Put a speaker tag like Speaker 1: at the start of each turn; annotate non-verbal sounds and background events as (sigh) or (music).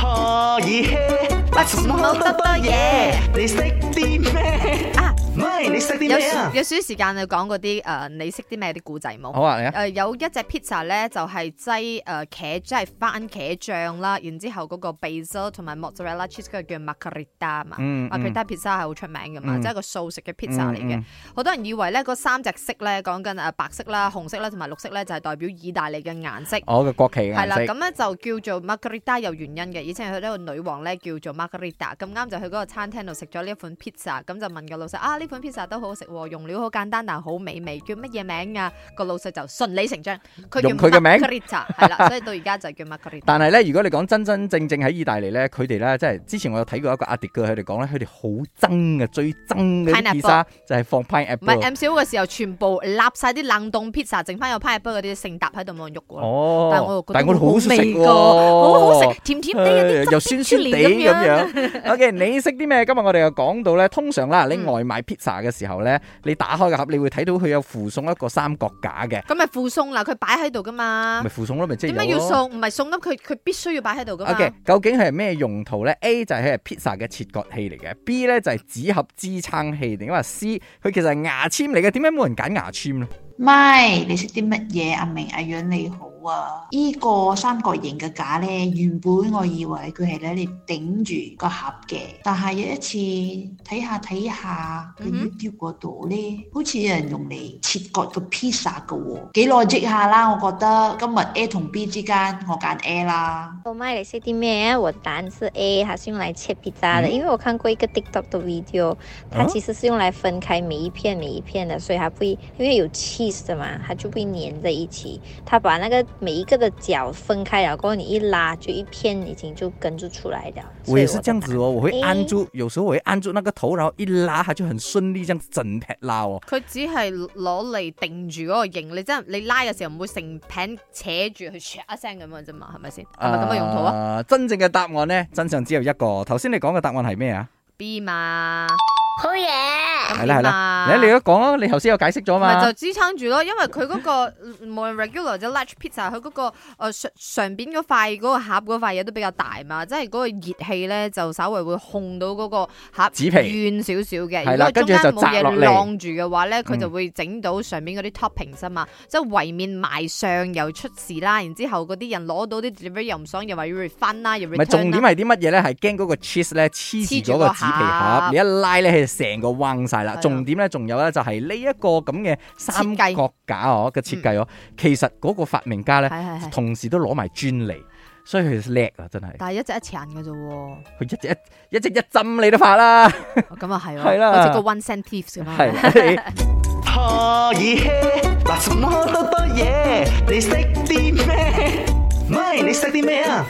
Speaker 1: 可以 hea，拉什麼多多嘢？你識啲咩？
Speaker 2: 啊，
Speaker 1: 咪 (laughs) 你識啲
Speaker 2: 有
Speaker 1: 咩
Speaker 2: 書
Speaker 1: 啊？
Speaker 2: 有書時間你講嗰啲誒，你識啲咩啲古仔冇？
Speaker 3: 好啊，嚟
Speaker 2: 誒、
Speaker 3: 啊！
Speaker 2: 有一隻 pizza 咧，就係擠誒茄，即係番茄醬啦，然之後嗰個 basil 同埋 mozzarella cheese 佢叫 margherita 嘛
Speaker 3: 嗯嗯
Speaker 2: ，margherita pizza 係好出名噶嘛，
Speaker 3: 嗯
Speaker 2: 即係個素食嘅 pizza 嚟嘅
Speaker 3: 嗯。
Speaker 2: 好多人以為咧嗰三隻色咧，講緊呃誒白色啦、紅色啦同埋綠色咧，就係代表意大利嘅顏色。
Speaker 3: 我嘅國旗嘅
Speaker 2: 係啦，
Speaker 3: 顏色
Speaker 2: 咁咧就叫做 Margherita 有原因嘅，以前佢呢個女王咧叫做 Margherita，咁啱就去嗰個餐廳度食咗呢一款 pizza，咁就問個老細啊呢款 pizza 都好好食喎，用料好簡單但係好美味，叫乜嘢名啊？個老細就順理成章，佢
Speaker 3: 用佢嘅名
Speaker 2: Margherita 係
Speaker 3: (laughs)
Speaker 2: 啦，所以到而家就叫 Margherita。
Speaker 3: 但係咧，如果你講真真正正喺意大利咧，佢哋咧，即係之前我有睇過一個阿迪哥，佢哋講咧，佢哋好憎嘅，最憎嘅啲
Speaker 2: Pineapple
Speaker 3: 披薩就係放
Speaker 2: 唔係
Speaker 3: pineapple。
Speaker 2: M C O 嘅時候，全部立晒啲冷凍 pizza，剩翻有 pineapple 嗰啲剩搭喺度冇人喐過。
Speaker 3: 哦，
Speaker 2: 但係我又覺得
Speaker 3: 但係我哋好
Speaker 2: 好
Speaker 3: 食
Speaker 2: 味
Speaker 3: 喎，
Speaker 2: 㗎，好好食，甜甜地有啲汁
Speaker 3: 唉又酸酸地
Speaker 2: 滴
Speaker 3: 咁
Speaker 2: 出嚟咁樣。
Speaker 3: 樣。OK，你識啲咩？今日我哋又講到咧，通常啦，你
Speaker 2: 嗯
Speaker 3: 外賣 pizza 嘅時候咧，你打開個盒，你會睇到佢有附送一個三角架嘅，
Speaker 2: 咁咪附送啦，佢擺喺度噶嘛
Speaker 3: 咪。附送咯，咪即係
Speaker 2: 啊點解
Speaker 3: 有
Speaker 2: 要
Speaker 3: 咯
Speaker 2: 送？唔係送咁，佢佢必須要擺喺度噶嘛。
Speaker 3: O.K. 究竟佢係咩用途咧？A 就係佢係 pizza 嘅切割器嚟嘅，B 咧就係紙盒支撐器，定話 C 佢其實係牙籤嚟嘅，點解冇人揀牙籤咧？
Speaker 4: 咪，你識啲乜嘢？阿明、阿樣你好啊！呢個三角形嘅架咧，原本我以為佢係咧你頂住個盒嘅，但係有一次睇下睇下佢
Speaker 2: 嗯
Speaker 4: YouTube 嗰度咧，好似有人用嚟切割個 pizza 嘅喎，幾耐即下啦！我覺得今日 A 同 B 之間，我揀 A 啦。
Speaker 5: 我卖了些地面，我答案是 A，它是用来切披萨的，
Speaker 3: 嗯
Speaker 5: 因为我看过一个 TikTok 的 video，它
Speaker 3: 啊
Speaker 5: 其实是用来分开每一片每一片的，所以它不会因为有 cheese 的嘛，它就不会粘在一起。它把那个每一个的角分开了，过后你一拉就一片已经就跟住出来了。所
Speaker 3: 我
Speaker 5: 以
Speaker 3: 也是
Speaker 5: 的
Speaker 3: 这样
Speaker 5: 答
Speaker 3: 子
Speaker 5: 案
Speaker 3: 哦，我会
Speaker 5: 诶
Speaker 3: 按住，有时候我会按住那个头，然后一拉，它就很顺利，这样整劈拉哦。
Speaker 2: 佢只係攞嚟定住嗰個型，你真係你拉嘅時候唔會成片扯住佢唰一聲咁樣啫嘛，係咪先？係咪咁嘅用途啊
Speaker 3: 啊？真正嘅答案呢，真相只有一個。頭先你講嘅答案係咩啊？
Speaker 2: ？B 嘛，
Speaker 6: 好嘢。
Speaker 2: 咁
Speaker 3: 係啦係
Speaker 2: B
Speaker 3: 啦，
Speaker 2: 嘛
Speaker 3: 你你都講啦，你頭先有解釋咗啊嘛？
Speaker 2: 咪就支撐住咯，因為佢嗰、個嗯無論 regular 或者 large pizza，佢嗰、個、呃、上上邊嗰塊嗰個盒嗰塊嘢都比較大嘛，即係嗰個熱氣咧就稍微會控到嗰個盒
Speaker 3: 紙皮
Speaker 2: 軟少少嘅。
Speaker 3: 係
Speaker 2: 如
Speaker 3: 啦
Speaker 2: 果中
Speaker 3: 跟
Speaker 2: 間
Speaker 3: 住就
Speaker 2: 冇
Speaker 3: 擲
Speaker 2: 嘢
Speaker 3: 落嚟
Speaker 2: 晾住嘅話咧，佢
Speaker 3: 嗯
Speaker 2: 就會整到上面嗰啲 topping 啫嘛，即係圍面賣相又出事啦，然之後嗰啲人攞到啲 delivery 又唔爽，又話要 refund 啦，又
Speaker 3: 唔係重
Speaker 2: return
Speaker 3: 點
Speaker 2: 啦。
Speaker 3: 係啲乜嘢咧？係驚嗰個 cheese 咧黐住嗰個紙
Speaker 2: 黐
Speaker 3: 皮
Speaker 2: 住個
Speaker 3: 盒
Speaker 2: 盒，
Speaker 3: 你一拉咧，佢就成個彎晒啦
Speaker 2: 係。啊
Speaker 3: 重點咧，仲有咧就係呢一個咁嘅三
Speaker 2: 設計嗯
Speaker 3: 角架哦嘅設計哦，其實嗰個發明家
Speaker 2: 係
Speaker 3: 咧
Speaker 2: 係係，
Speaker 3: 同時都攞埋專利，所以佢叻啊，真係
Speaker 2: 但係一隻一錢嘅啫喎。
Speaker 3: 佢一隻一一隻一針你都
Speaker 2: (laughs)
Speaker 3: 發啦，
Speaker 2: 咁啊係喎，
Speaker 3: 係啦
Speaker 2: 好似個 one cent tips 咁啊。
Speaker 3: 係。
Speaker 1: 可以 hea，拉什麼多多嘢？你識啲咩？咪你識啲咩啊？